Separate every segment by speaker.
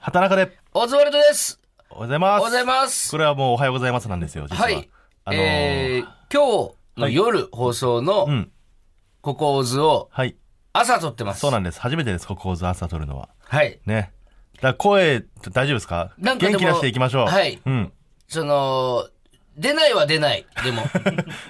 Speaker 1: 畑中で、
Speaker 2: オズワルドです。
Speaker 1: おはようございます。
Speaker 2: おはようございます
Speaker 1: これはもうおはようございますなんですよ、実は。
Speaker 2: はい。
Speaker 1: あのー
Speaker 2: えー、今日の夜放送の、
Speaker 1: うん。
Speaker 2: ここオズを
Speaker 1: はい。
Speaker 2: 朝撮ってます。
Speaker 1: そうなんです。初めてです、ここを朝撮るのは。
Speaker 2: はい。
Speaker 1: ね。だから声、大丈夫ですか
Speaker 2: なんかでも
Speaker 1: 元気出していきましょう。
Speaker 2: はい
Speaker 1: うん。
Speaker 2: その、出ないは出ない。で も、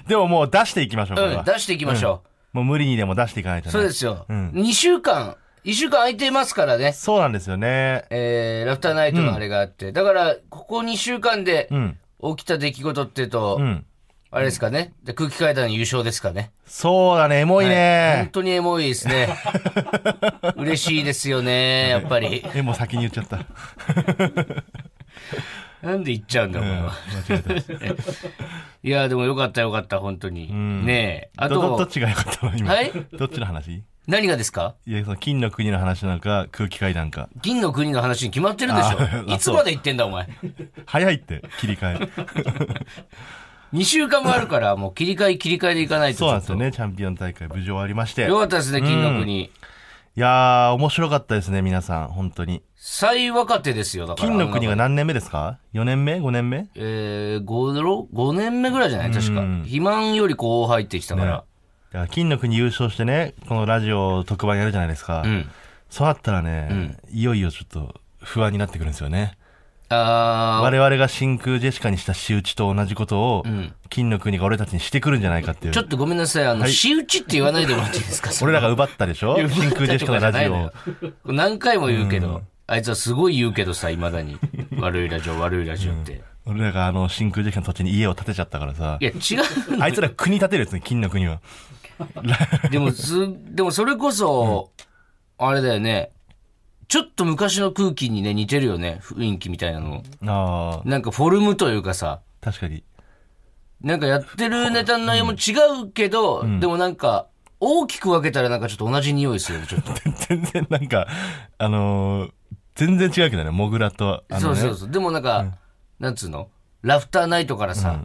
Speaker 1: でももう出していきましょう、これ
Speaker 2: う
Speaker 1: は
Speaker 2: ん、出していきましょ
Speaker 1: もう無理にでも出していかないと
Speaker 2: う。
Speaker 1: ね。
Speaker 2: そうですよ。
Speaker 1: うん
Speaker 2: 2週間、1週間空いてますからね。
Speaker 1: そうなんですよね。
Speaker 2: えー、ラフターナイトのあれがあって。だから、ここ2週間で
Speaker 1: うん。
Speaker 2: 起きた出来事っていうと、
Speaker 1: うん。
Speaker 2: あれですかね。で空気階段優勝ですかね。
Speaker 1: そうだね、エモい
Speaker 2: はい本
Speaker 1: ね。
Speaker 2: 当にエモいです ね。嬉しいですよね、やっぱり。
Speaker 1: え、もう先に言っちゃった。
Speaker 2: なんで言っちゃうんだ、お前は。いや、でもよかったよかった、本当に。
Speaker 1: ん
Speaker 2: ねえ。あ
Speaker 1: どどど
Speaker 2: と
Speaker 1: っ、ちが良かったの今。
Speaker 2: はい
Speaker 1: どっちの話
Speaker 2: 何がですか
Speaker 1: いや、その金の国の話なのか、空気階段か。
Speaker 2: 銀の国の話に決まってるでし
Speaker 1: あー
Speaker 2: ょ。
Speaker 1: あ
Speaker 2: いつまで言ってんだ、お前。
Speaker 1: 早いって、切り替え。
Speaker 2: 2週間もあるから、もう切り替え切り替えでいかないと。
Speaker 1: そうなんですよ
Speaker 2: ちょっ
Speaker 1: ね、チャンピオン大会、無事終わりまし
Speaker 2: と
Speaker 1: て。
Speaker 2: よかったですね、銀の国。
Speaker 1: いやー、面白かったですね、皆さん、本当に。
Speaker 2: 最若手ですよ、だから。
Speaker 1: 金の国が
Speaker 2: あの中で
Speaker 1: 何年目ですか ?4 年目 ?5 年目
Speaker 2: えー、5、5年目ぐらいじゃない確か。
Speaker 1: うん
Speaker 2: 肥満より後輩ってきたから。
Speaker 1: いや金の国優勝してね、このラジオ特番やるじゃないですか。
Speaker 2: うん。
Speaker 1: そうなったらね、いよいよちょっと不安になってくるんですよね。
Speaker 2: あー
Speaker 1: 我々が真空ジェシカにした仕打ちと同じことを、
Speaker 2: ん
Speaker 1: 金の国が俺たちにしてくるんじゃないかっていう。
Speaker 2: ちょっとごめんなさい、あの、
Speaker 1: はい
Speaker 2: 仕打ちって言わないでもらっていいですか
Speaker 1: 俺らが奪ったでしょ
Speaker 2: いや
Speaker 1: 真空ジェシカのラジオを。
Speaker 2: 何回も言うけど、あいつはすごい言うけどさ、いまだ に。悪いラジオ、悪いラジオって。
Speaker 1: 俺らがあの真空ジェシカの土地に家を建てちゃったからさ
Speaker 2: い。や、違う
Speaker 1: あいつら国建てるやつね、金の国は。
Speaker 2: の。でも、す、でもそれこそ、あれだよね。ちょっと昔の空気にね、似てるよね。雰囲気みたいなの。
Speaker 1: ああ、
Speaker 2: なんかフォルムというかさ、
Speaker 1: 確かに。
Speaker 2: なんかやってるネタの内容も違うけど、でもなんか、大きく分けたらなんかちょっと同じ匂いするよね、ちょっと。
Speaker 1: 全然なんか、あのー全然違うけどね、モグラと、あ
Speaker 2: そ
Speaker 1: の
Speaker 2: う
Speaker 1: ね、
Speaker 2: そうそう。でもなんか、なんつうのラフターナイトからさ、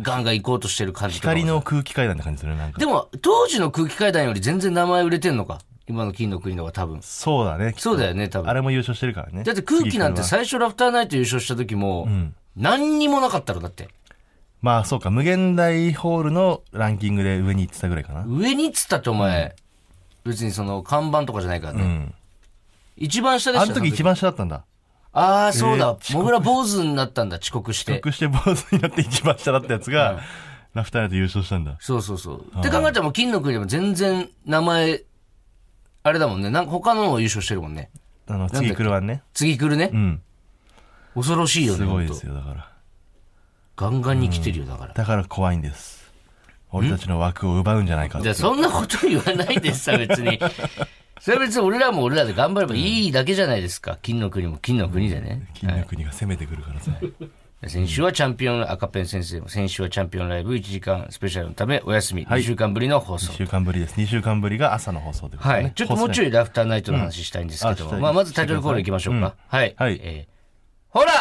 Speaker 2: ガンガン行こうとしてる感じとかもさ
Speaker 1: 光の空気階段って感じするね、なんか。
Speaker 2: でも、当時の空気階段より全然名前売れてんのか。今の金の国の方が多分。
Speaker 1: そうだね、きっと
Speaker 2: そうだよね、多
Speaker 1: あ
Speaker 2: 分。
Speaker 1: れも優勝してるからね。
Speaker 2: だって空気なんて
Speaker 1: 次来るのは。
Speaker 2: 最初ラフターナイト優勝した時も、
Speaker 1: ん
Speaker 2: 何にもなかったろ、だって。
Speaker 1: まあそうか、無限大ホールのランキングで上に行ってたぐらいかな。
Speaker 2: 上にっつったってお前、別にその看板とかじゃないから
Speaker 1: う
Speaker 2: ね。
Speaker 1: ん。
Speaker 2: 一番下でし
Speaker 1: あ
Speaker 2: た
Speaker 1: の
Speaker 2: よ
Speaker 1: 時一番下だったんだ。
Speaker 2: ああ、そう
Speaker 1: えー
Speaker 2: だ
Speaker 1: 遅。刻
Speaker 2: もぐら坊主になったんだ、遅刻し
Speaker 1: 遅
Speaker 2: て。
Speaker 1: 刻して坊主になって一番下だったやつが、ラフターナイト優勝したんだ。
Speaker 2: そうそうそう。って考えたらもう金の国でも全然名前、あれだもんね。なんか他のも優勝してるもんね。
Speaker 1: あの、
Speaker 2: だっけ
Speaker 1: 次来るわね。
Speaker 2: 次来るね
Speaker 1: う。ん。
Speaker 2: 恐ろしいよね。
Speaker 1: すごいです
Speaker 2: よ。
Speaker 1: よ、だから。
Speaker 2: ガンガンに来てるよ、だから。
Speaker 1: だから怖いんです。俺たちの枠を奪うんじゃないかっ
Speaker 2: じ
Speaker 1: て
Speaker 2: ゃあそんなこと言わないでさ、別に。 それは別に俺らも俺らで頑張ればいいだけじゃないですか。金の国も金の国でね。
Speaker 1: 金の国が攻めてくるからさ。
Speaker 2: 先週はチャンピオン、赤ペン先生も先週はチャンピオンライブ1時間スペシャルのためお休み、
Speaker 1: はい
Speaker 2: 2週間ぶりの放送
Speaker 1: 2。週間ぶりです。2週間ぶりが朝の放送で、ね。
Speaker 2: はい。ちょっともうちょ
Speaker 1: い。
Speaker 2: いラフターナイトの話したいんですけど、
Speaker 1: うんあしたい
Speaker 2: まあまずタイトルコールいきましょうか。はい。
Speaker 1: はい
Speaker 2: えーほら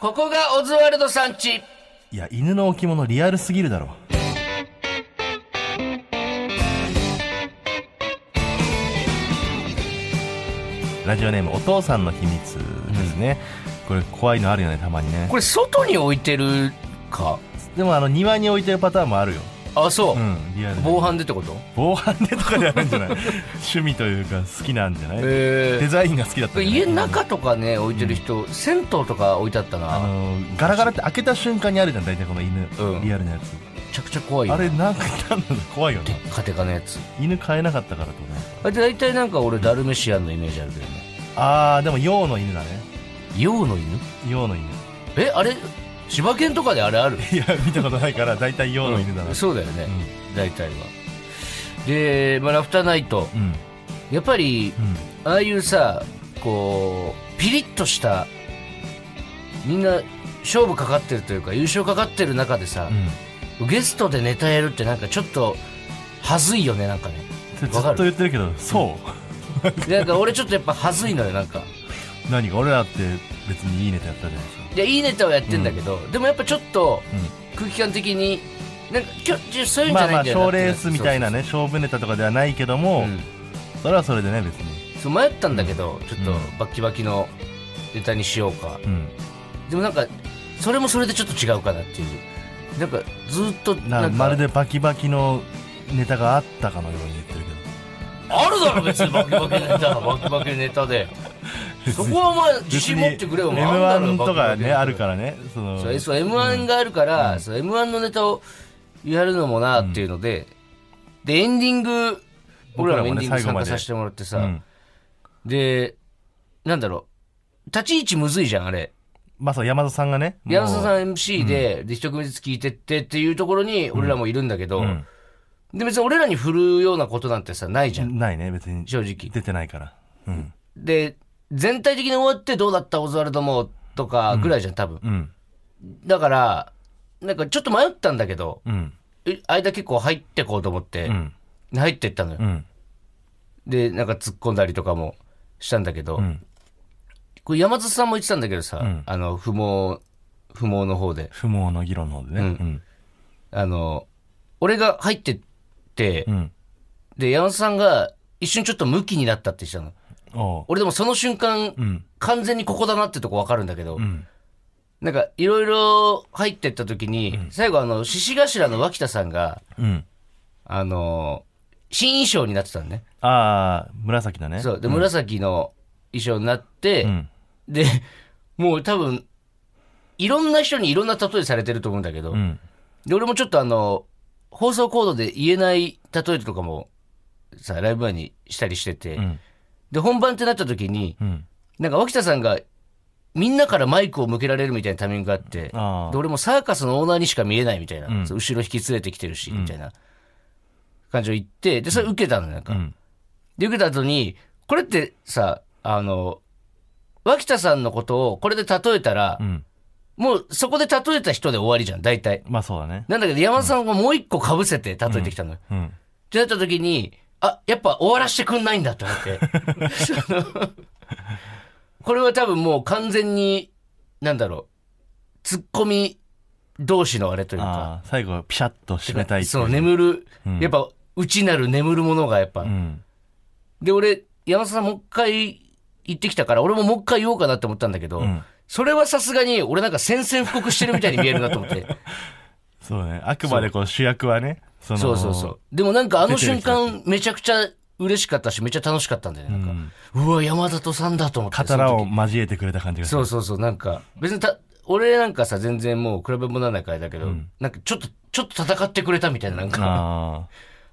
Speaker 2: ここがオズワルドさんち
Speaker 1: いや、犬の置物リアルすぎるだろ。ラジオネーム、お父さんの秘密ですね。これ怖いのあるよね、たまにね
Speaker 2: こ。れ外に置いてるか
Speaker 1: でもあの、庭に置いてるパターンもあるよ。
Speaker 2: あ、そう
Speaker 1: う。ん、リアルで
Speaker 2: 防犯でってこと
Speaker 1: 防犯でとかじゃないんじ ゃない趣味というか好きなんじゃない、
Speaker 2: え
Speaker 1: デザインが好きだったんじゃない
Speaker 2: 家の中とかね置いてる人、銭湯とか置いてあった
Speaker 1: あ
Speaker 2: な
Speaker 1: のガラガラって開けた瞬間にあるじゃん大体この犬、
Speaker 2: うん
Speaker 1: リアルなやつ
Speaker 2: めちゃくちゃ怖いよ
Speaker 1: あれなんかなんだろう怖いよ
Speaker 2: テ
Speaker 1: ね
Speaker 2: ッカテカのやつ
Speaker 1: 犬飼えなかったからと思
Speaker 2: あれ大体なんか俺ダルメシアンのイメージあるけどね
Speaker 1: うああでも洋の犬だね
Speaker 2: 洋の犬
Speaker 1: 洋の犬
Speaker 2: えあれ柴犬とかであれある
Speaker 1: いや見たことないから大体洋の犬だな、
Speaker 2: うんそうだよね、大体はで、まあ、ラフターナイト
Speaker 1: うんうん
Speaker 2: やっぱりああいうさこうピリッとしたみんな勝負かかってるというか優勝かかってる中でさ、ゲストでネタやるってなんかちょっとはずいよねなんかね
Speaker 1: ずっ
Speaker 2: わか
Speaker 1: と
Speaker 2: る
Speaker 1: 言ってるけど、そう。
Speaker 2: なんか俺ちょっとやっぱはずいのよなんか
Speaker 1: 何か俺らって別にいいネタやったじゃないですか。
Speaker 2: いやいいネタをやってんだけど、でもやっぱちょっと空気感的になんかきょちょそういうんじ
Speaker 1: ま
Speaker 2: ゃ
Speaker 1: あま
Speaker 2: ないん
Speaker 1: あ、
Speaker 2: だよな
Speaker 1: 賞レースみたいなね、勝負ネタとかではないけど
Speaker 2: そう
Speaker 1: も
Speaker 2: そう、そう
Speaker 1: それはそれでね、別に。
Speaker 2: うんそう迷ったんだけどちょっと
Speaker 1: うん
Speaker 2: バッキバキのネタにしようか
Speaker 1: うん。
Speaker 2: でもなんかそれもそれでちょっと違うかなっていうなんかずっと
Speaker 1: な
Speaker 2: なんか
Speaker 1: まるでバキバキのネタがあったかのように言ってる
Speaker 2: あるだろ別にバキバキネタバキバキネタ で
Speaker 1: けど
Speaker 2: そこはお前自信持ってくれよ
Speaker 1: m
Speaker 2: お前あるだろ
Speaker 1: 1とかねある
Speaker 2: ら
Speaker 1: からねその
Speaker 2: そうそう m 1があるから、そう m 1のネタをやるのもなっていうので、でエンディング
Speaker 1: 僕
Speaker 2: 俺ら
Speaker 1: ら
Speaker 2: も
Speaker 1: もね
Speaker 2: エンディング
Speaker 1: 最後
Speaker 2: 参
Speaker 1: ま
Speaker 2: 加
Speaker 1: で
Speaker 2: させてもらってさ、
Speaker 1: うん
Speaker 2: でなんだろう立ち位置むずいじゃんあれ
Speaker 1: まあそう山田さんがねもう
Speaker 2: 山里さん MC で,、で一組ずつ聞いてってっていうところに俺らもいるんだけど、
Speaker 1: うん
Speaker 2: で別に俺らに振るようなことなんてさないじゃん、
Speaker 1: ないね別に
Speaker 2: 正直
Speaker 1: 出てないからうん
Speaker 2: で全体的に終わってどうだったオズワルドもとかぐらいじゃん多分、
Speaker 1: うん
Speaker 2: だからなんかちょっと迷ったんだけど
Speaker 1: うん
Speaker 2: え間結構入ってこうと思って、
Speaker 1: うん
Speaker 2: 入ってったのよ、
Speaker 1: うん
Speaker 2: でなんか突っ込んだりとかもしたんだけど、
Speaker 1: ん
Speaker 2: これ山里さんも言ってたんだけどさ、
Speaker 1: ん
Speaker 2: あの不毛不毛の方で
Speaker 1: 不毛の議論の方でね
Speaker 2: う
Speaker 1: うんん
Speaker 2: あの俺が入ってって、
Speaker 1: うん
Speaker 2: で山里さんが一瞬ちょっとムキになったって言ってたの
Speaker 1: おう
Speaker 2: 俺でもその瞬間、
Speaker 1: うん
Speaker 2: 完全にここだなってとこ分かるんだけど、
Speaker 1: ん
Speaker 2: なんかいろいろ入ってった時に、最後あの獅子頭の脇田さんが
Speaker 1: うん
Speaker 2: あの新衣装になってたのね
Speaker 1: ああ紫だね
Speaker 2: そうで紫の衣装になって、
Speaker 1: うん
Speaker 2: で、もう多分、いろんな人にいろんな例えされてると思うんだけど、
Speaker 1: うん
Speaker 2: で、俺もちょっとあの、放送コードで言えない例えとかも、さ、ライブ前にしたりしてて、
Speaker 1: ん
Speaker 2: で、本番ってなった時に、
Speaker 1: うん
Speaker 2: なんか脇田さんが、みんなからマイクを向けられるみたいなタイミングがあって、
Speaker 1: あー
Speaker 2: で俺もサーカスのオーナーにしか見えないみたいな、そう後ろ引き連れてきてるし、みたいな感じを言って、で、それ受けたの、なんか。
Speaker 1: ん
Speaker 2: で、受けた後に、これってさ、あの、脇田さんのことをこれで例えたら、
Speaker 1: うん
Speaker 2: もうそこで例えた人で終わりじゃん、大体。
Speaker 1: まあそうだね
Speaker 2: なんだけど、山田さんがもう一個被せて例えてきたのよ。
Speaker 1: うん
Speaker 2: ってなった時に、あ、やっぱ終わらせてくんないんだと思って。 そのこれは多分もう完全に、なんだろう、ツッコミ同士のあれというか、
Speaker 1: ああ最後ピシャッと締めたいってい
Speaker 2: そう、眠る、
Speaker 1: うん
Speaker 2: やっぱ内なる眠るものがやっぱ、
Speaker 1: うん
Speaker 2: で、俺、山田さんもう一回行ってきたから、俺ももう一回言おうかなって思ったんだけど、
Speaker 1: ん
Speaker 2: それはさすがに俺なんか宣戦布告してるみたいに見えるなと思って。
Speaker 1: そうねあくまでこう主役はねその
Speaker 2: そうそうそう。でもなんかあの瞬間めちゃくちゃ嬉しかったし、めちゃ楽しかったんだよね。なんか、うわ、山里さんだと思って。
Speaker 1: 刀
Speaker 2: その
Speaker 1: を
Speaker 2: 時
Speaker 1: 交えてくれた感じがす
Speaker 2: そ
Speaker 1: る
Speaker 2: うそうそう、なんか、別にた、俺なんかさ、全然もう比べもならないからだけど、なんかちょっと、ちょっと戦ってくれたみたいな、なんか、
Speaker 1: あ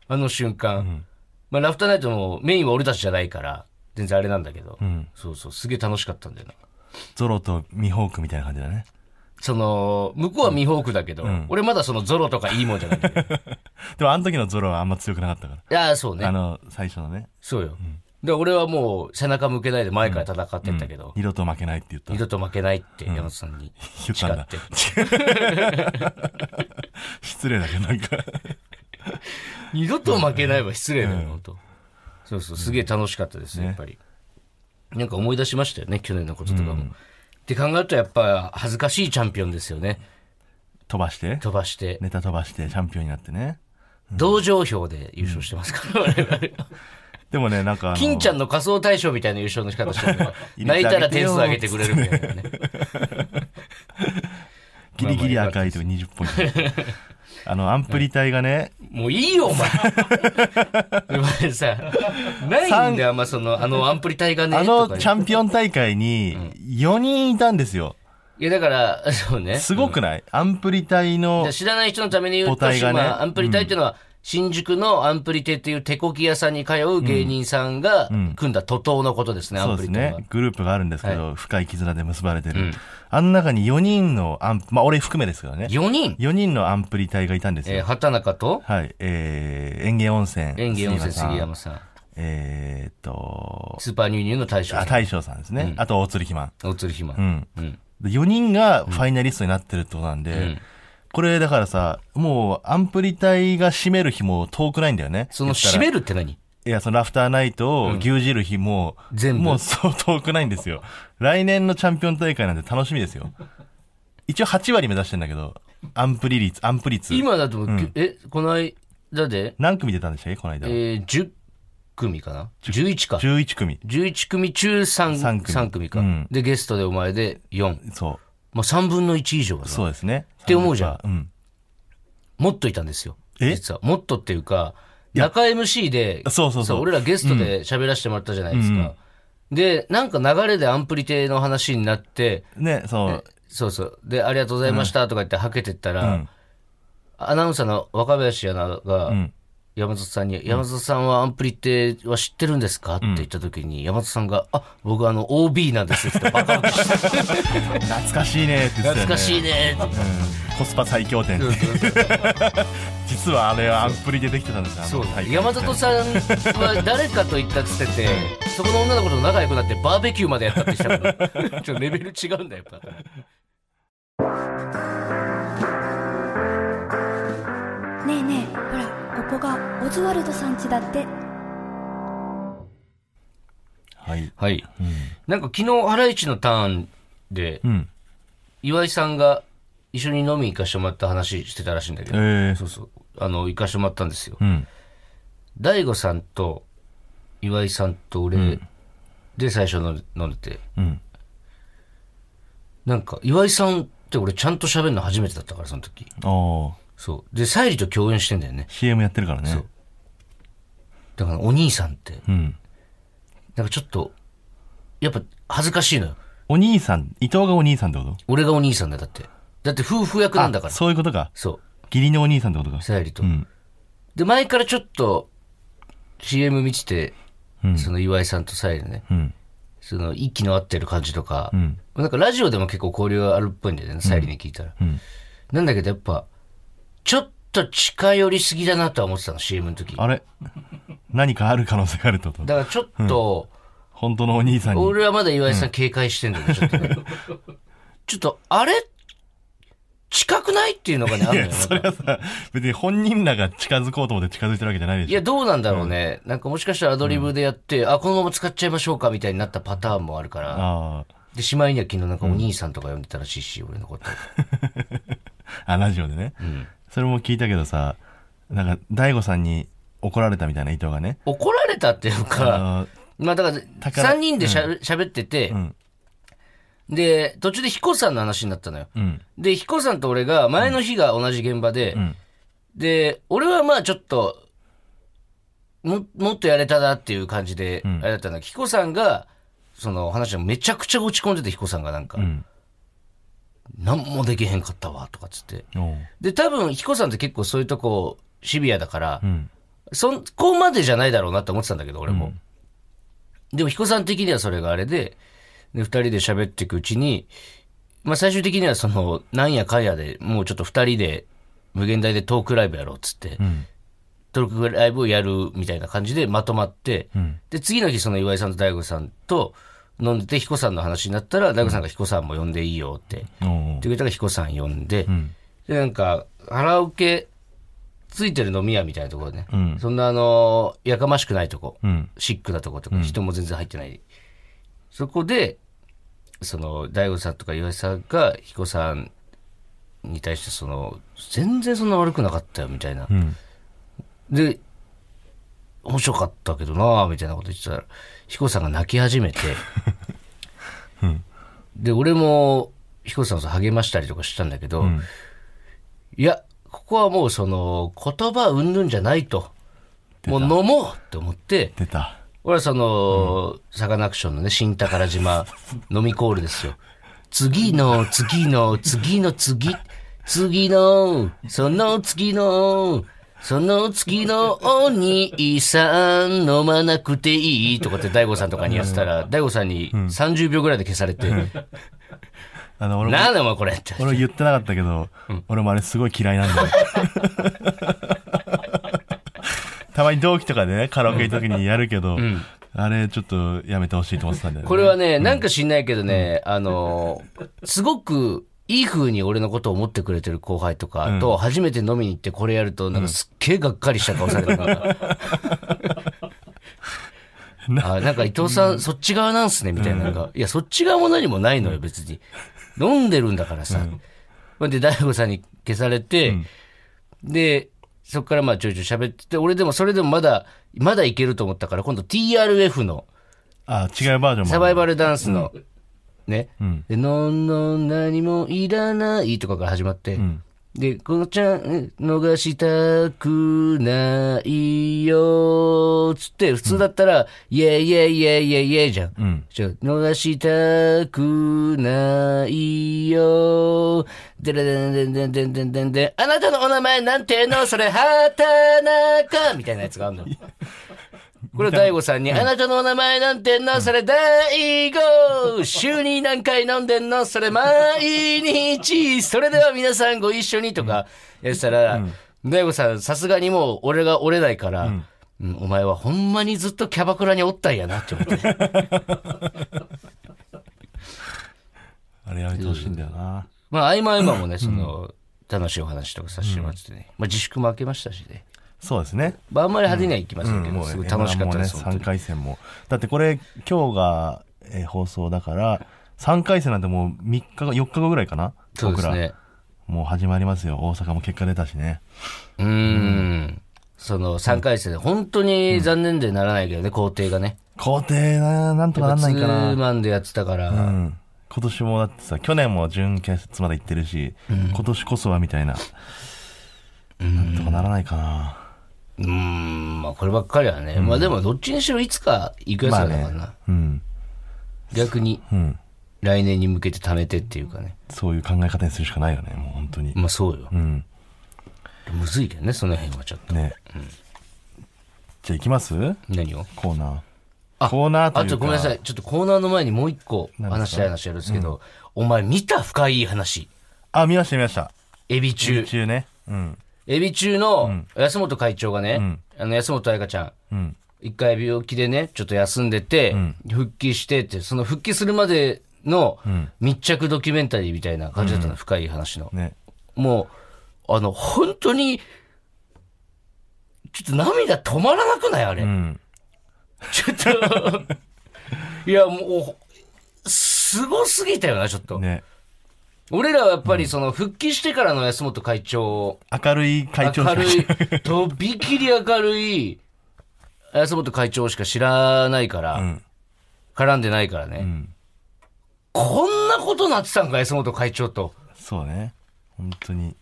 Speaker 2: あの瞬間。まあ、ラフターナイトもメインは俺たちじゃないから、全然あれなんだけど、
Speaker 1: あうん
Speaker 2: そうそう、すげえ楽しかったんだよな。
Speaker 1: ゾロとミホークみたいな感じだね
Speaker 2: その、向こうはミホークだけど、俺まだそのゾロとかいいもんじゃないん だけど。い
Speaker 1: でもあの時のゾロはあんま強くなかったか
Speaker 2: やー、そう
Speaker 1: らあ
Speaker 2: ね。
Speaker 1: の最初のね
Speaker 2: そうよ。で、俺はもう背中向けないで前から戦ってったけど、
Speaker 1: 二度と負けないって言った
Speaker 2: 二度と負けないって山本さんに
Speaker 1: 言っ
Speaker 2: 誓
Speaker 1: たんだ
Speaker 2: って。
Speaker 1: 失礼だけどなんか
Speaker 2: 二度と負けないは失礼だよ、本当。そうそう、すげえ楽しかったです、やっぱり。なんか思い出しましたよね、去年のこととかも。って考えるとやっぱ恥ずかしいチャンピオンですよね。
Speaker 1: 飛ばして
Speaker 2: 飛ばして。
Speaker 1: ネタ飛ばしてチャンピオンになってね
Speaker 2: 同情票で優勝してます から、我々は
Speaker 1: でもねなんかあの
Speaker 2: 金ちゃんの仮想大賞みたいな優勝の仕方してるから
Speaker 1: 入
Speaker 2: 泣い
Speaker 1: れ
Speaker 2: た
Speaker 1: て
Speaker 2: ら
Speaker 1: あげて
Speaker 2: 点
Speaker 1: よ
Speaker 2: 数上げてくれるみたいなね。
Speaker 1: ギリギリ赤いと20ポイン トあのアンプリ隊がね
Speaker 2: もういいよ、お前。 お前さ、ないんだよ、あんまその、あのアンプリ隊がね。
Speaker 1: あ
Speaker 2: と
Speaker 1: の
Speaker 2: かね
Speaker 1: チャンピオン大会に4人いたんですよ
Speaker 2: いや、だから、そうね。
Speaker 1: すごくないアンプリ隊の
Speaker 2: で知らない人のために言う
Speaker 1: 母
Speaker 2: と、
Speaker 1: 体がね
Speaker 2: まあアンプリ隊っていうのは、新宿のアンプリテっていう手こき屋さんに通う芸人さんが組んだ徒党のことですね、
Speaker 1: そ
Speaker 2: アン
Speaker 1: う
Speaker 2: プ
Speaker 1: で
Speaker 2: リ
Speaker 1: す
Speaker 2: テは。
Speaker 1: ね。グループがあるんですけど、深い絆で結ばれてる。あの中に4人のアンプ、まあ俺含めですけどね。
Speaker 2: 4人、
Speaker 1: 4人のアンプリ隊がいたんです
Speaker 2: えー
Speaker 1: よ。
Speaker 2: 畑中と
Speaker 1: はい。えー、園芸温泉。
Speaker 2: 園芸温泉
Speaker 1: 杉山さん
Speaker 2: 杉山さん。
Speaker 1: えーっと、
Speaker 2: スーパーニューニューの大将
Speaker 1: あ、大将さんですね。あと、大鶴ひまん。
Speaker 2: 大鶴ひま
Speaker 1: う。ん。
Speaker 2: うん。
Speaker 1: で4人がファイナリストになってるってことなんで、
Speaker 2: ん
Speaker 1: これだからさ、もうアンプリ隊が締める日も遠くないんだよね。
Speaker 2: その
Speaker 1: 言った
Speaker 2: 締
Speaker 1: ら
Speaker 2: めるって何
Speaker 1: いや、そのラフターナイトを牛耳る日も、
Speaker 2: 全部
Speaker 1: もうそう遠くないんですよ。来年のチャンピオン大会なんて楽しみですよ。一応8割目指してんだけど、アンプリ率、アンプ率。
Speaker 2: 今だと、え、この間で、
Speaker 1: 何組出たんでしたっけこの間。
Speaker 2: えー、10組かな ?11 か。
Speaker 1: 11組。
Speaker 2: 11組中 3,
Speaker 1: 三組
Speaker 2: 3組か、
Speaker 1: うん
Speaker 2: で、ゲストでお前で4。
Speaker 1: そ
Speaker 2: まあ、3分の1以上が
Speaker 1: う。そうですね。って
Speaker 2: 思うじゃん
Speaker 1: うん。
Speaker 2: もっといたんですよ。
Speaker 1: え
Speaker 2: 実は。もっとっていうか、中 MC で、
Speaker 1: そうそうそう
Speaker 2: 俺らゲストで喋らせてもらったじゃないですか。で、なんか流れでアンプリ亭の話になって、
Speaker 1: ね、そう。
Speaker 2: そうそう。で、ありがとうございましたとか言ってはけてったら、
Speaker 1: うん
Speaker 2: アナウンサーの若林アナが、
Speaker 1: ん
Speaker 2: 山里さんに、山里さんはアンプリっては知ってるんですかって言った時に、山里さんが、あ、僕あの OB なんですって言ってバカ受け して
Speaker 1: 懐かしいねって言ってた
Speaker 2: 懐
Speaker 1: よね
Speaker 2: かしいねって
Speaker 1: コスパ最強店 実はあれはアンプリでできてたんですよあの
Speaker 2: そう
Speaker 1: 大会
Speaker 2: 山里さんは誰かと言ったっつってて、そこの女の子と仲良くなってバーベキューまでやったって したから、ちょっとレベル違うんだよ、やっぱ。
Speaker 3: ねえねえほらここがオズワルドさん家だって
Speaker 1: はい
Speaker 2: はい。なんか昨日、ハライチのターンで、
Speaker 1: うん
Speaker 2: 岩井さんが一緒に飲み行かしてもらった話してたらしいんだけど、
Speaker 1: え
Speaker 2: そうそう。あの、行かしてもらったんですよ。
Speaker 1: うん
Speaker 2: 大悟さんと岩井さんと俺で最初飲んで飲んでて、
Speaker 1: うん
Speaker 2: なんか岩井さんって俺ちゃんと喋るの初めてだったから、その時。
Speaker 1: おー
Speaker 2: そう。で、沙莉と共演してんだよね。
Speaker 1: CM やってるからね
Speaker 2: そうだからお兄さんって、
Speaker 1: うん
Speaker 2: なんかちょっと、やっぱ恥ずかしいのよ。
Speaker 1: お兄さん伊藤がお兄さんってこと
Speaker 2: 俺がお兄さんだよ、だって。だって夫婦役なんだから。
Speaker 1: そういうことか
Speaker 2: そう。
Speaker 1: 義理のお兄さんってことか
Speaker 2: さゆりと、
Speaker 1: ん
Speaker 2: で前からちょっと CM 見てて、その岩井さんとさゆりね、
Speaker 1: うん
Speaker 2: その息の合ってる感じとか、
Speaker 1: ん
Speaker 2: なんかラジオでも結構交流があるっぽいんだよねさゆりに聞いたら、
Speaker 1: ん
Speaker 2: なんだけどやっぱちょっと近寄りすぎだなとは思ってたの CM の時だ
Speaker 1: あれ何かある可能性があるってこと
Speaker 2: からちょっと、
Speaker 1: 本当のお兄さんに
Speaker 2: 俺はまだ岩井さん警戒してんだよねちょっとね ちょっとあれ近くないっていうのがねあるのよなんか
Speaker 1: 別に本人らが近づこうと思って近づいてるわけじゃないで
Speaker 2: い
Speaker 1: しょ
Speaker 2: や、どうなんだろうね。なんかもしかしたらアドリブでやって、あ、このまま使っちゃいましょうかみたいになったパターンもあるから。
Speaker 1: あ
Speaker 2: で、しまいには昨日なんかお兄さんとか呼んでたらしいし、俺のこと。
Speaker 1: ーあラジオでね
Speaker 2: うん。
Speaker 1: それも聞いたけどさなんか大悟さんに怒られたみたいな伊藤がね
Speaker 2: 怒られたっていうか、
Speaker 1: あ
Speaker 2: まあだから、
Speaker 1: 宝
Speaker 2: 3人でしゃ喋ってて
Speaker 1: ーう、ん
Speaker 2: で、途中で彦さんの話になったのよ。
Speaker 1: うん
Speaker 2: で、彦さんと俺が前の日が同じ現場で、
Speaker 1: ん
Speaker 2: で、俺はまあちょっと、も、もっとやれたなっていう感じで、あれだったんだけど、彦さんが、その話でめちゃくちゃ落ち込んでて、彦さんがなんか。
Speaker 1: うん
Speaker 2: 何もできへんかったわとかっつって
Speaker 1: おう
Speaker 2: で多分彦さんって結構そういうとこシビアだから、
Speaker 1: うん
Speaker 2: そこまでじゃないだろうなって思ってたんだけど俺も、でも彦さん的にはそれがあれでで2人で喋っていくうちに、まあ、最終的にはそのなんやかんやでもうちょっと2人で無限大でトークライブやろうっつって、
Speaker 1: ん
Speaker 2: トークライブをやるみたいな感じでまとまって、
Speaker 1: ん
Speaker 2: で次の日その岩井さんと大悟さんと飲んでて彦さんの話になったら大悟さんが彦さんも呼んでいいよって。
Speaker 1: おう
Speaker 2: ってくれたから彦さん呼んで、
Speaker 1: ん
Speaker 2: で、なんか、カラオケついてる飲み屋みたいなところね、
Speaker 1: ん
Speaker 2: そんなあの、やかましくないとこ、
Speaker 1: うん
Speaker 2: シックなとことか、人も全然入ってない。そこで、その、大悟さんとか岩井さんが彦さんに対して、その、全然そんな悪くなかったよ、みたいな。
Speaker 1: ん
Speaker 2: で、面白かったけどなぁ、みたいなこと言ってたら、彦さんが泣き始めて、で、俺も、彦さんを励ましたりとかしたんだけど、いや、ここはもうその、言葉うんぬんじゃないと。もう飲もうって思って、
Speaker 1: 出た
Speaker 2: 俺はその、サカナクションのね、新宝 島、飲みコールですよ。次の、次の、次の次、次の、その次の、その次のお兄さん飲まなくていいとかって大悟さんとかにやってたら、大悟さんに30秒ぐらいで消されて、
Speaker 1: あの俺も
Speaker 2: なんだお前これって。
Speaker 1: 俺言ってな かったけど、俺もあれすごい嫌いなんだよたまに同期とかでね、カラオケ行った時にやるけど、
Speaker 2: ん
Speaker 1: あれちょっとやめてほしいと思ってたんだよね。
Speaker 2: これはね、なんか知んないけどね、あの、すごくいい風に俺のことを思ってくれてる後輩とかと、初めて飲みに行ってこれやると、なんかすっげえがっかりした顔されたから。あ なんか伊藤さん、そっち側なんすね、みたいな。なんか、いや、そっち側も何もないのよ、別に。飲んでるんだからさ。ほんで、大悟さんに消されて、で、そこからまあちょいちょい喋ってて、俺でもそれでもまだ、まだいけると思ったから、今度 TRF の、
Speaker 1: あ、違うバージョンもある。
Speaker 2: サバイバ
Speaker 1: ル。
Speaker 2: ルダンスの、ね、
Speaker 1: ん
Speaker 2: で、のんのん何もいらないとかから始まって、で、このちゃん、逃したくないよ、つって、普通だったら、イェイイェイイェイイェイイェイじゃん。
Speaker 1: ん
Speaker 2: じゃあ逃したくないよ、でれでんでんでんでんでんでんでん、あなたのお名前なんての、それ、はたなか、みたいなやつがあるの。これ大悟さんに、あなたのお名前なんてんのそれ大悟週に何回飲んでんのそれ毎日それでは皆さんご一緒にとか、やってたら、大悟さんさすがにもう俺が折れないから、うんお前はほんまにずっとキャバクラにおったんやなって思って。
Speaker 1: あれやめてほしいんだよな。
Speaker 2: まあ合間合間もね、その、楽しいお話とかさせてもらっててね。まあ自粛も明けましたしね。
Speaker 1: そうですね。
Speaker 2: まああんまり派手にはいきま
Speaker 1: う
Speaker 2: せん
Speaker 1: ん
Speaker 2: けど、
Speaker 1: もう
Speaker 2: すごい楽しかったです、
Speaker 1: M1 も
Speaker 2: 本当
Speaker 1: ね、3
Speaker 2: に
Speaker 1: 回戦も。だってこれ、今日が、えー放送だから、3回戦なんてもう3日後、4日後ぐらいかな
Speaker 2: そうです
Speaker 1: 僕ら
Speaker 2: ね。
Speaker 1: もう始まりますよ。大阪も結果出たしね。
Speaker 2: うーん。その3回戦で、本当に残念でならないけどね、工程がね。
Speaker 1: 皇帝な、なんとかなんないか
Speaker 2: ツー
Speaker 1: な。
Speaker 2: マンでやってたから、
Speaker 1: うん。今年もだってさ、去年も準決まで行ってるし、今年こそはみたいな。なんとかならないかな。
Speaker 2: うーん、まあこればっかりはね、まあでもどっちにしろいつか行くやつらだからな、
Speaker 1: うん。
Speaker 2: 逆に
Speaker 1: うん。
Speaker 2: 来年に向けて貯めてっていうかね、
Speaker 1: そういう考え方にするしかないよね、もう本当に。
Speaker 2: まあそうよ
Speaker 1: う。ん。
Speaker 2: むずいけどね、その辺はちょっと。
Speaker 1: ね。じゃあ行きます
Speaker 2: 何を
Speaker 1: コーナ
Speaker 2: あ
Speaker 1: ー。コーナーというか。
Speaker 2: あとごめんなさい、ちょっとコーナーの前にもう一個話したい話あるんですけど、お前見た深い話。
Speaker 1: あ、見ました見ました。
Speaker 2: エビ中。
Speaker 1: 中ね。うん。
Speaker 2: エビ中の安本会長がね、あの安本彩香ちゃん、
Speaker 1: うん。
Speaker 2: 一回病気でね、ちょっと休んでて、復帰してって、その復帰するまでの密着ドキュメンタリーみたいな感じだったの、深い話の。
Speaker 1: ね。
Speaker 2: もう、あの、本当に、ちょっと涙止まらなくないあれ。
Speaker 1: うん。
Speaker 2: ちょっと、 いや、もう、すごすぎたよな、ちょっと。
Speaker 1: ね。
Speaker 2: 俺らはやっぱりその、復帰してからの安本会長
Speaker 1: 明るい会長
Speaker 2: 明るい
Speaker 1: 者。、
Speaker 2: とびきり明るい、安本会長しか知らないから、
Speaker 1: ん
Speaker 2: 絡んでないからね、こんなことなってたんか、安本会長と。
Speaker 1: そうね。本当に。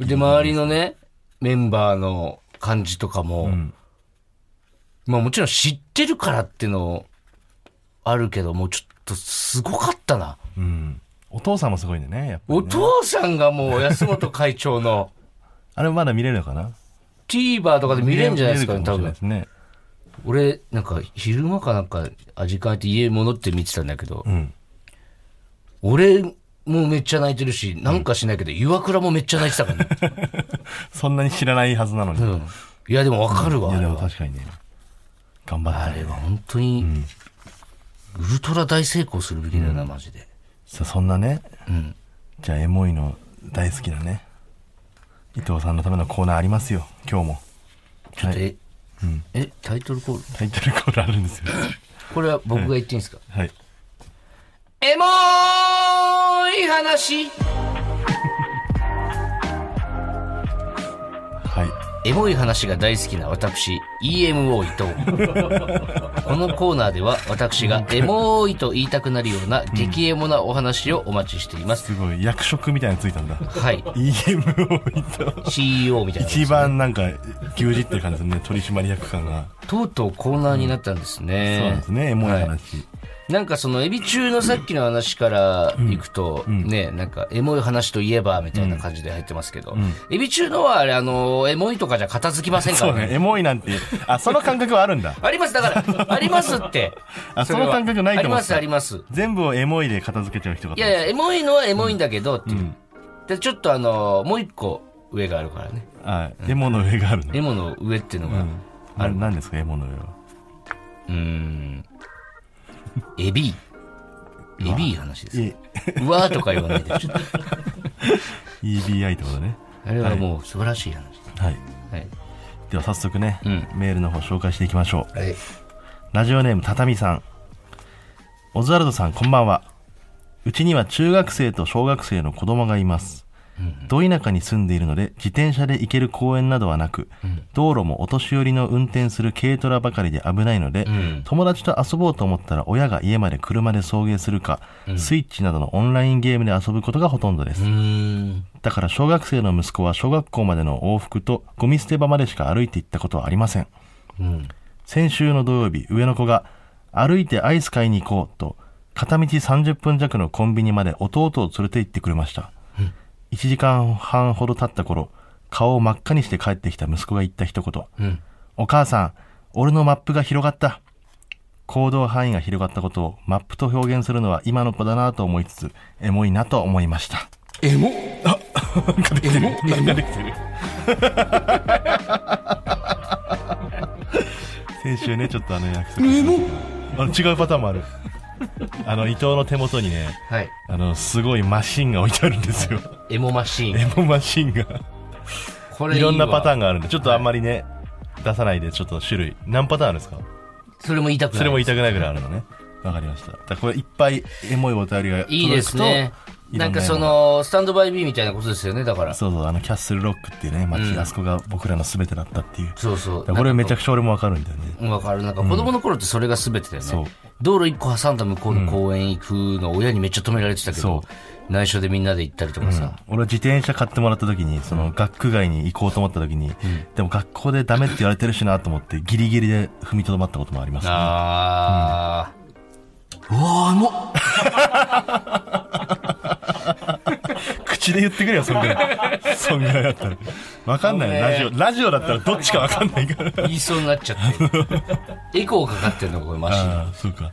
Speaker 2: で、周りのね、メンバーの感じとかも、まあもちろん知ってるからっていうのあるけど、もうちょっとすごかったな。
Speaker 1: うん。お父さんもすごいんだよね、やっぱり
Speaker 2: お
Speaker 1: ね。
Speaker 2: 父さんがもう安本会長の
Speaker 1: あれまだ見れるのかな
Speaker 2: TVer とかで見れるんじゃないですかね、
Speaker 1: 見
Speaker 2: 多
Speaker 1: れるも
Speaker 2: 分
Speaker 1: し。れないですね。
Speaker 2: 俺、なんか、昼間かなんか、あ時間空いて家戻って見てたんだけど、
Speaker 1: ん
Speaker 2: 俺もめっちゃ泣いてるし、なんかしないけど、岩倉もめっちゃ泣いてたから ね。
Speaker 1: そんなに知らないはずなのに。
Speaker 2: うん。いや、でもわかるわ、
Speaker 1: いや
Speaker 2: あれ
Speaker 1: でも
Speaker 2: は。
Speaker 1: 確かにね。頑張
Speaker 2: あ
Speaker 1: った
Speaker 2: れ
Speaker 1: ね
Speaker 2: は本当に、ウルトラ大成功するべきだよな、マジで。
Speaker 1: さあそんなね、
Speaker 2: ん
Speaker 1: じゃあエモいの大好きなね、伊藤さんのためのコーナーありますよ、今日も。
Speaker 2: ちょっと、
Speaker 1: は
Speaker 2: え、え、タイトルコール
Speaker 1: タイトルコールある んですよ。
Speaker 2: これは僕が言っていいんですか、
Speaker 1: はい。
Speaker 2: エモーい話
Speaker 1: はい。
Speaker 2: エモい話が大好きな私、EMO 伊藤。このコーナーでは私がエモーいと言いたくなるような激エモなお話をお待ちしています。
Speaker 1: すごい、役職みたいなのついたんだ。
Speaker 2: はい。
Speaker 1: EMO 伊藤。
Speaker 2: CEO みたいな。
Speaker 1: 一番なんか、牛耳ってる感じですね、取締役感が。
Speaker 2: とうとうコーナーになったんですね。
Speaker 1: そうなんですね、エモい話。
Speaker 2: はなんかそのエビ中のさっきの話からいくと、ね、なんかエモい話といえばみたいな感じで入ってますけど、エビ中のはあれ、あの、エモいとかじゃ片付きませんか
Speaker 1: そう
Speaker 2: ら
Speaker 1: ね、
Speaker 2: ね。
Speaker 1: エモいなんて、あ、その感覚はあるんだ。
Speaker 2: あります、だから、ありますって。
Speaker 1: あ
Speaker 2: れは
Speaker 1: その感覚ないと思
Speaker 2: ありま
Speaker 1: って
Speaker 2: す、
Speaker 1: た
Speaker 2: あります。
Speaker 1: 全部をエモいで片付けちゃう人が。
Speaker 2: いやいや、エモいのはエモいんだけどっていう。で、ちょっとあの、もう一個上があるからね。
Speaker 1: はい。エモの上があるの。
Speaker 2: エモの上っていうの
Speaker 1: う
Speaker 2: が、
Speaker 1: ん。あれ、何ですか、エモの上は。
Speaker 2: うーん。エビ。エビいい話ですよ。
Speaker 1: え
Speaker 2: うわーとか言わないでちょっ と
Speaker 1: EBI ってことね。
Speaker 2: あれはもう素晴らしい話です。
Speaker 1: はい。
Speaker 2: はい。
Speaker 1: では早速ね、
Speaker 2: うん
Speaker 1: メールの方紹介していきましょう。
Speaker 2: はい。
Speaker 1: ラジオネームたたみさん。オズワルドさん、こんばんは。うちには中学生と小学生の子供がいます。ど田舎に住んでいるので自転車で行ける公園などはなく、道路もお年寄りの運転する軽トラばかりで危ないので、
Speaker 2: ん
Speaker 1: 友達と遊ぼうと思ったら親が家まで車で送迎するか、スイッチなどのオンラインゲームで遊ぶことがほとんどです
Speaker 2: う、ーん。
Speaker 1: だから小学生の息子は小学校までの往復とゴミ捨て場までしか歩いて行ったことはありません
Speaker 2: うん。
Speaker 1: 先週の土曜日上の子が歩いてアイス買いに行こうと片道30分弱のコンビニまで弟を連れて行ってくれました、1時間半ほど経った頃顔を真っ赤にして帰ってきた息子が言った一言
Speaker 2: うん。
Speaker 1: 「お母さん俺のマップが広がった」行動範囲が広がったことをマップと表現するのは今の子だなと思いつつエモいなと思いました
Speaker 2: エモ エモ
Speaker 1: 何ができてる先週ねちょっとあの約束あの違うパターンもあるあの伊藤の手元にね
Speaker 2: はい。
Speaker 1: あのすごいマシンが置いてあるんで すよ
Speaker 2: エモマシーン。
Speaker 1: エモマシンが
Speaker 2: これ
Speaker 1: いろんなパターン
Speaker 2: ン。
Speaker 1: があるんでちょっとあんまりね、出さないでちょっと種類何パターンあるんですか
Speaker 2: それも言いたくない。
Speaker 1: それも言いたくないぐらいあるのねわかりましただからこれいっぱいエモいお便りが届くと
Speaker 2: いいですね。
Speaker 1: い
Speaker 2: な
Speaker 1: ろ
Speaker 2: ん
Speaker 1: エモ
Speaker 2: か
Speaker 1: が
Speaker 2: その、スタンドバイビーみたいなことですよね、だから。
Speaker 1: そうそうあのキャッスルロックっていうね街、
Speaker 2: うん
Speaker 1: あそこが僕らの全てだったっていう
Speaker 2: そうそう。
Speaker 1: だからこれめちゃ
Speaker 2: く
Speaker 1: くちゃ俺もわかるんだよね
Speaker 2: わかる。なんか子供の頃ってそれが全てだよね。
Speaker 1: そう
Speaker 2: 道路一個挟んだ向こうの公園行くの親にめっちゃ止められてたけど
Speaker 1: そ、
Speaker 2: 内緒でみんなで行ったりとかさ。
Speaker 1: 俺は自転車買ってもらった時にその学区外に行こうと思った時に、でも学校でダメって言われてるしなと思ってギリギリで踏みとどまったこともあります、ね、
Speaker 2: あー。うわー、エモ
Speaker 1: 口で言ってくれよそんぐらい そんぐらいだったらわかんないよラジオラジオだったらどっちかわかんない から
Speaker 2: 言いそうになっちゃ って。エコーかかってんの、これマシーン。
Speaker 1: ああそうか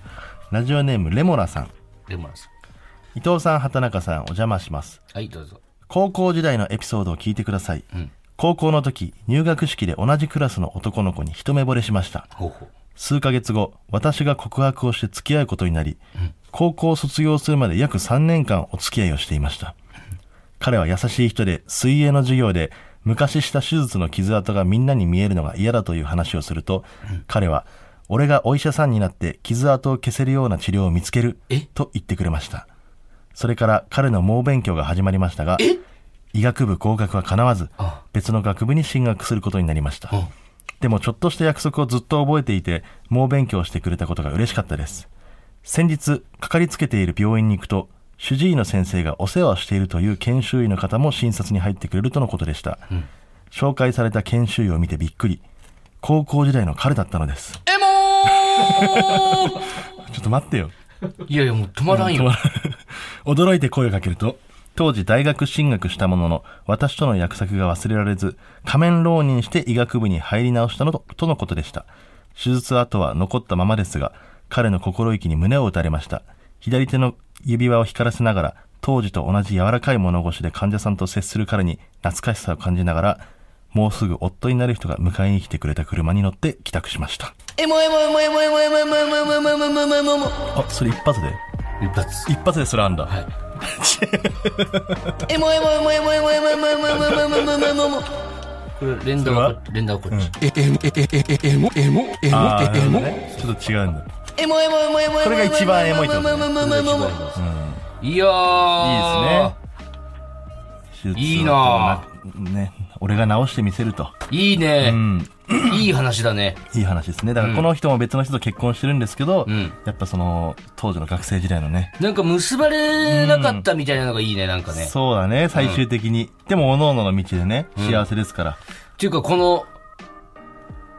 Speaker 1: ラジオネームレモラさん
Speaker 2: レモラさん。
Speaker 1: 伊藤さん畑中さんお邪魔します
Speaker 2: はい、どうぞ。
Speaker 1: 高校時代のエピソードを聞いてください、
Speaker 2: ん
Speaker 1: 高校の時入学式で同じクラスの男の子に一目惚れしました
Speaker 2: ほうほう。
Speaker 1: 数ヶ月後私が告白をして付き合うことになり、高校を卒業するまで約3年間お付き合いをしていました、彼は優しい人で水泳の授業で昔した手術の傷跡がみんなに見えるのが嫌だという話をすると、彼は俺がお医者さんになって傷跡を消せるような治療を見つける
Speaker 2: え
Speaker 1: と言ってくれましたそれから彼の猛勉強が始まりましたが医学部合格はかなわず
Speaker 2: あ
Speaker 1: 別の学部に進学することになりました
Speaker 2: うん
Speaker 1: でもちょっとした約束をずっと覚えていて猛勉強してくれたことが嬉しかったです先日かかりつけている病院に行くと主治医の先生がお世話をしているという研修医の方も診察に入ってくれるとのことでした、紹介された研修医を見てびっくり高校時代の彼だったのです
Speaker 2: エモー
Speaker 1: ちょっと待ってよ
Speaker 2: いやいや、もう止まらんよ。
Speaker 1: 驚いて声をかけると当時大学進学したものの私との約束が忘れられず仮面浪人して医学部に入り直したのととのことでした手術後は残ったままですが彼の心意気に胸を打たれました左手の指輪を光らせながら当時と同じ柔らかい物腰で患者さんと接する彼に懐かしさを感じながらもうすぐ夫になる人が迎えに来てくれた車に乗って帰宅しました
Speaker 2: エモエモエモエモエモエモエモエモエモエモエモエモエモエモ
Speaker 1: あそれ一発で
Speaker 2: 一発。
Speaker 1: 一発でそれあんだ、
Speaker 2: はい。エモエモエモエモエモエモエモエモエモエモエモエモエモエモこれ連打はこっち連打はこっち。
Speaker 4: え、え、え、え、え、え、えも、えも、えも
Speaker 1: あ、あ、
Speaker 4: え、えも。
Speaker 1: ね、ちょっと違うんだ
Speaker 2: エモエモエモエモエモエモエモ
Speaker 1: これが一番エモいってことね
Speaker 2: いやー。
Speaker 1: 手術
Speaker 2: いいな
Speaker 1: ぁ。ね、俺が治してみせると。
Speaker 2: いいね
Speaker 1: う。ん。
Speaker 2: いい話だね。
Speaker 1: いい話ですね。だからこの人も別の人と結婚してるんですけど、
Speaker 2: ん
Speaker 1: やっぱその、当時の学生時代のね。
Speaker 2: なんか結ばれなかったみたいなのがいいね、なんかね。
Speaker 1: そうだね、最終的に。でも、各々の道でね、幸せですから。
Speaker 2: っていうかこの、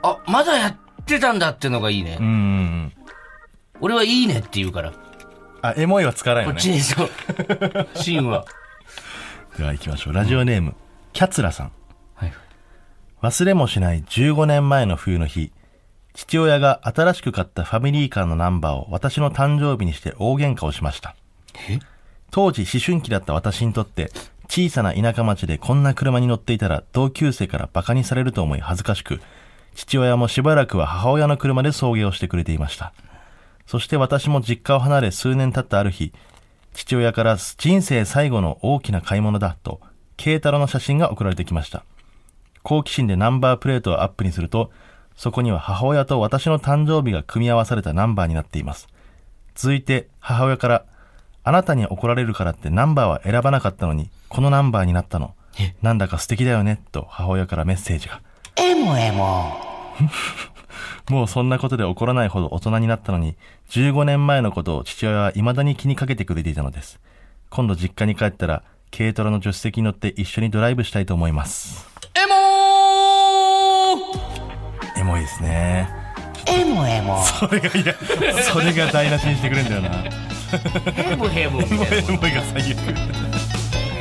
Speaker 2: あ、まだやってたんだってのがいいね
Speaker 1: うん。。ん
Speaker 2: 俺はいいねって言うから。
Speaker 1: あ、エモいはつかない
Speaker 2: こ
Speaker 1: よ
Speaker 2: っ
Speaker 1: ね。
Speaker 2: ちにそう。 シーンは。
Speaker 1: では行きましょう。ラジオネーム、キャツラさん。
Speaker 2: はい。
Speaker 1: 忘れもしない15年前の冬の日、父親が新しく買ったファミリーカーのナンバーを私の誕生日にして大喧嘩をしました。当時思春期だった私にとって、小さな田舎町でこんな車に乗っていたら同級生からバカにされると思い恥ずかしく、父親もしばらくは母親の車で送迎をしてくれていました。そして私も実家を離れ数年経ったある日、父親から人生最後の大きな買い物だと、慶太郎の写真が送られてきました。好奇心でナンバープレートをアップにすると、そこには母親と私の誕生日が組み合わされたナンバーになっています。続いて母親から、あなたに怒られるからってナンバーは選ばなかったのに、このナンバーになったの。なんだか素敵だよね、と母親からメッセージが。
Speaker 2: エモエモ。
Speaker 1: もうそんなことで怒らないほど大人になったのに、15年前のことを父親は未だに気にかけてくれていたのです。今度実家に帰ったら、軽トラの助手席に乗って一緒にドライブしたいと思います。
Speaker 2: エモー
Speaker 1: エモいですね。
Speaker 2: エモエモ。
Speaker 1: それが、いや、それが台無しにしてくれんだよな。
Speaker 2: ヘムヘムみたいな。
Speaker 1: エモいが最悪。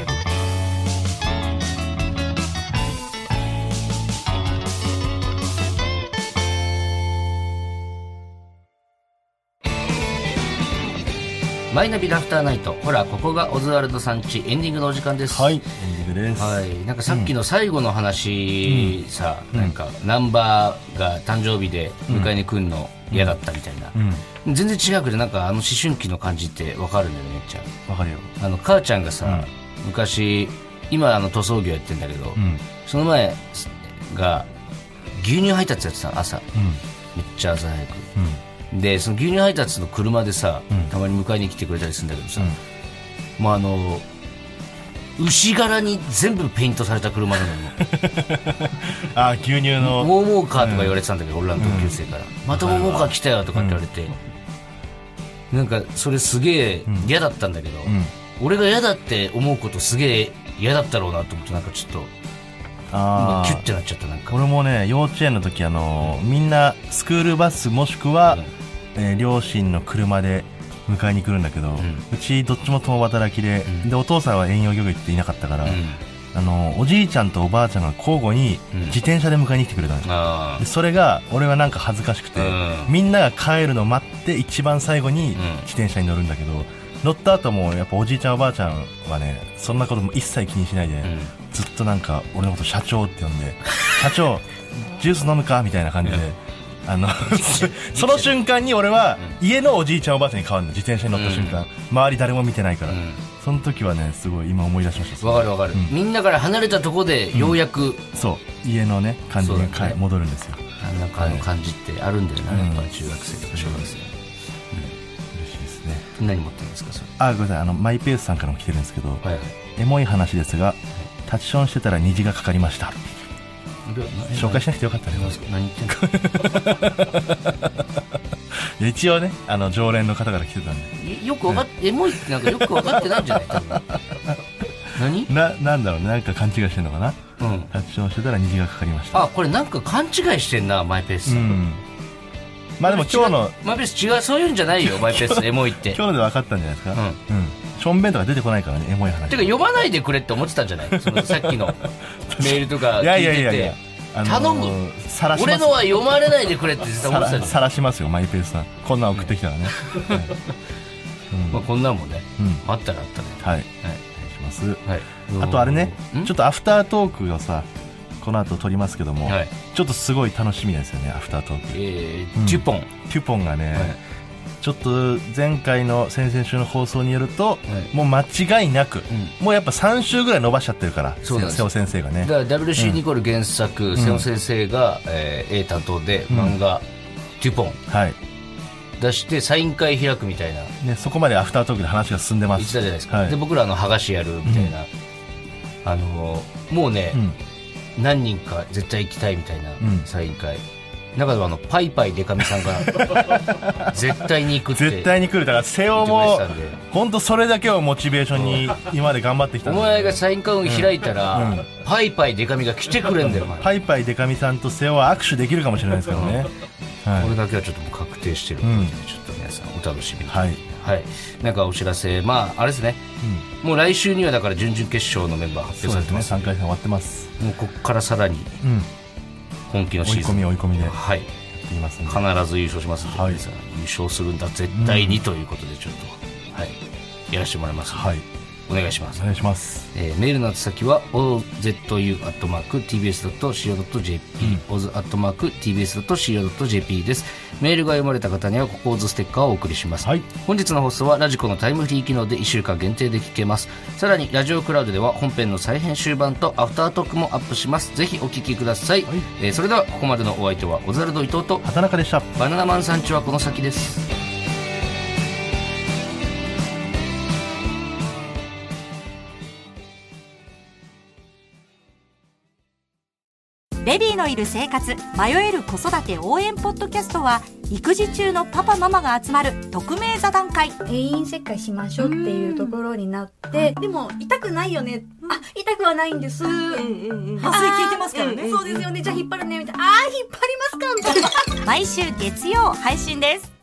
Speaker 2: マイナビラフターナイト。ほら、ここがオズワルドさんちエンディングのお時間です。
Speaker 1: はい、エン。ディングです。
Speaker 2: はい。なんかさっきの最後の話、さ、なんか、ナンバーが誕生日で迎えに来んの嫌だったみたいな。全然違うけど、なんかあの思春期の感じってわかるんだよね、めっちゃ。
Speaker 1: わかるよ。
Speaker 2: あの、母ちゃんがさ、昔、今あの塗装業やってんだけど、
Speaker 1: うん。
Speaker 2: その前が、牛乳配達やってたの、朝。
Speaker 1: うん。
Speaker 2: めっちゃ朝早く。
Speaker 1: うん。
Speaker 2: でその牛乳配達の車でさ、
Speaker 1: うん
Speaker 2: たまに迎えに来てくれたりするんだけどさ、もうあの牛柄に全部ペイントされた車なのに
Speaker 1: あ、牛乳の。
Speaker 2: モーモーカーとか言われてたんだけど、俺らの同級生から、またモーモーカー来たよとかって言われて、なんかそれすげえ嫌だったんだけど、
Speaker 1: うん。
Speaker 2: 俺が嫌だって思うことすげえ嫌だったろうなと思ってなんかちょっと
Speaker 1: あ
Speaker 2: キュ
Speaker 1: あ
Speaker 2: ッ。てなっちゃったなんか
Speaker 1: 俺もね幼稚園の時あのーみんなスクールバスもしくは、えー両親の車で迎えに来るんだけど、うんちどっちも共働きで,、
Speaker 2: うん
Speaker 1: でお父さんは遠洋漁業行っていなかったから、あのーおじいちゃんとおばあちゃんが交互に
Speaker 2: うん
Speaker 1: 自転車で迎えに来てくれたのよ、
Speaker 2: あ
Speaker 1: でそれが俺はなんか恥ずかしくて、
Speaker 2: うん
Speaker 1: みんなが帰るの待って一番最後
Speaker 2: ん
Speaker 1: に自転車に乗るんだけど、乗った後もやっぱおじいちゃんおばあちゃんはねそんなことも一切気にしないで、
Speaker 2: あ、うん
Speaker 1: ずっとなんか俺のこと社長って呼んで 「社長ジュース飲むか?」みたいな感じで。あ のその瞬間に俺は家のおじいちゃんおばあちゃんに変わるの自転車に乗った瞬間、周り誰も見てないから、
Speaker 2: うん
Speaker 1: その時はねすごい今思い出しました
Speaker 2: わかるわかる、
Speaker 1: うん
Speaker 2: みんなから離れたとこでようやく、
Speaker 1: そう家のね感じに
Speaker 2: そうだね
Speaker 1: 帰戻るんですよ
Speaker 2: なんかあの感じってあるんだよな、
Speaker 1: はい
Speaker 2: やっぱ中学生とか小学生、
Speaker 1: 嬉しいですね
Speaker 2: 何持ってるんですかそれ
Speaker 1: あごめんなさいあのマイペースさんからも来てるんですけど、
Speaker 2: はいはい
Speaker 1: エモい話ですがタッチションしてたら虹がかかりました紹介し
Speaker 2: な
Speaker 1: なくてよかったね
Speaker 2: 何ですか何言ってんの
Speaker 1: 一応ねあの常連の方から来てたんで
Speaker 2: えよくわかっエモいってなんかよくわかってないんじゃない多分何
Speaker 1: ななんだろうねなんか勘違いしてんのかな
Speaker 2: うん
Speaker 1: タッチションしてたら虹がかかりました
Speaker 2: あこれなんか勘違いしてんなマイペース
Speaker 1: う
Speaker 2: さん、
Speaker 1: んまあでも今日の
Speaker 2: マイペース違うそういうんじゃないよマイペースエモいって
Speaker 1: 今日ので分かったんじゃないですか
Speaker 2: う
Speaker 1: うんしょんべんとか出てこないからねエモい話
Speaker 2: てか呼ばないでくれって思ってたんじゃないそのさっきのメールとか聞いてて
Speaker 1: いやいやいやいやあのー
Speaker 2: 頼む
Speaker 1: 晒し
Speaker 2: 俺
Speaker 1: ま
Speaker 2: のは
Speaker 1: す
Speaker 2: 読まれないでくれって絶対思ってたん
Speaker 1: 晒
Speaker 2: ですよ
Speaker 1: 晒しますよマイペースさんこんなん送ってきたら ねはい
Speaker 2: まあこんなんもね、
Speaker 1: うん
Speaker 2: あったらあったね
Speaker 1: はい
Speaker 2: はい
Speaker 1: お願いします
Speaker 2: はい、
Speaker 1: あとあれね
Speaker 2: ん
Speaker 1: ちょっとアフタートークをさこの後撮りますけども
Speaker 2: はい
Speaker 1: ちょっとすごい楽しみですよねアフタートーク
Speaker 2: え
Speaker 1: う
Speaker 2: ー、
Speaker 1: ん
Speaker 2: デュポン、
Speaker 1: ピュポンがね、
Speaker 2: はい
Speaker 1: ちょっと前回の先々週の放送によると、
Speaker 2: い
Speaker 1: もう間違いなく、もうやっぱ3週ぐらい伸ばしちゃってるから
Speaker 2: そうなんです
Speaker 1: 瀬尾先生がね
Speaker 2: だから WC ニコル原作、瀬尾先生が、えー、A 担当で漫画、デュポン
Speaker 1: はい
Speaker 2: 出してサイン会開くみたいな
Speaker 1: ねそこまでアフタートークで話が進んでま
Speaker 2: 言ってた
Speaker 1: す
Speaker 2: じゃないですか、
Speaker 1: はい
Speaker 2: で僕らあの剥がしやるみたいな、あのーもうね、
Speaker 1: うん
Speaker 2: 何人か絶対行きたいみたいな
Speaker 1: うん
Speaker 2: サイン会、中ではあのパイパイデカミさんが 絶対に行くって
Speaker 1: 絶対に来るだから瀬
Speaker 2: 言
Speaker 1: 尾
Speaker 2: っ
Speaker 1: も
Speaker 2: てくれてたんで
Speaker 1: 本当それだけをモチベーションに今まで頑張ってきた
Speaker 2: お
Speaker 1: んだ
Speaker 2: 前がサイン会を開いたら、
Speaker 1: うんうん
Speaker 2: パイパイデカミが来てくれんだよ、お前
Speaker 1: パイパイデカミさんと瀬尾は握手できるかもしれないですけど ね、は
Speaker 2: これ
Speaker 1: い、
Speaker 2: だけはちょっともう確定してる
Speaker 1: う
Speaker 2: ので、
Speaker 1: ん
Speaker 2: ちょっと皆さんお楽しみに
Speaker 1: はい
Speaker 2: はい、なんかお知らせまああれですね、もう来週にはだから準々決勝のメンバー発
Speaker 1: そう
Speaker 2: 表さ
Speaker 1: で
Speaker 2: れ
Speaker 1: す
Speaker 2: てま
Speaker 1: ね
Speaker 2: す
Speaker 1: 3回戦終わってます、
Speaker 2: もうここからさらに
Speaker 1: うん、
Speaker 2: 本気の
Speaker 1: 追
Speaker 2: シ
Speaker 1: い
Speaker 2: ー
Speaker 1: 込
Speaker 2: ズン
Speaker 1: み追い込みでやっ
Speaker 2: はい
Speaker 1: ていますんで
Speaker 2: 必ず優勝しますんで、
Speaker 1: はい
Speaker 2: 皆さん優勝するんだ絶対にということでちょっと、はいやらせてもらいますんで
Speaker 1: はい
Speaker 2: お願いします
Speaker 1: お願いします
Speaker 2: えーメールの宛先は ozu.tbs.co.jp、ozu.tbs.co.jp ですメールが読まれた方にはここオズステッカーをお送りします、
Speaker 1: はい
Speaker 2: 本日の放送はラジコのタイムフリー機能で1週間限定で聞けますさらにラジオクラウドでは本編の再編集版とアフタートークもアップしますぜひお聞きください、えーそれではここまでのお相手はオザルド伊藤と
Speaker 1: 畑中でした
Speaker 2: バナナマンさんちはこの先です
Speaker 5: ベビーのいる生活迷える子育て応援ポッドキャストは育児中のパパママが集まる匿名座談会
Speaker 6: 定員切開しましょうっていうところになって、でも痛くないよね。あ、痛くはないんです。麻
Speaker 7: 麻酔効いてますからね
Speaker 6: そうですよね。じゃあ引っ張るね。みたいな。あー、引っ張りますかみたいな。
Speaker 5: 毎週月曜配信です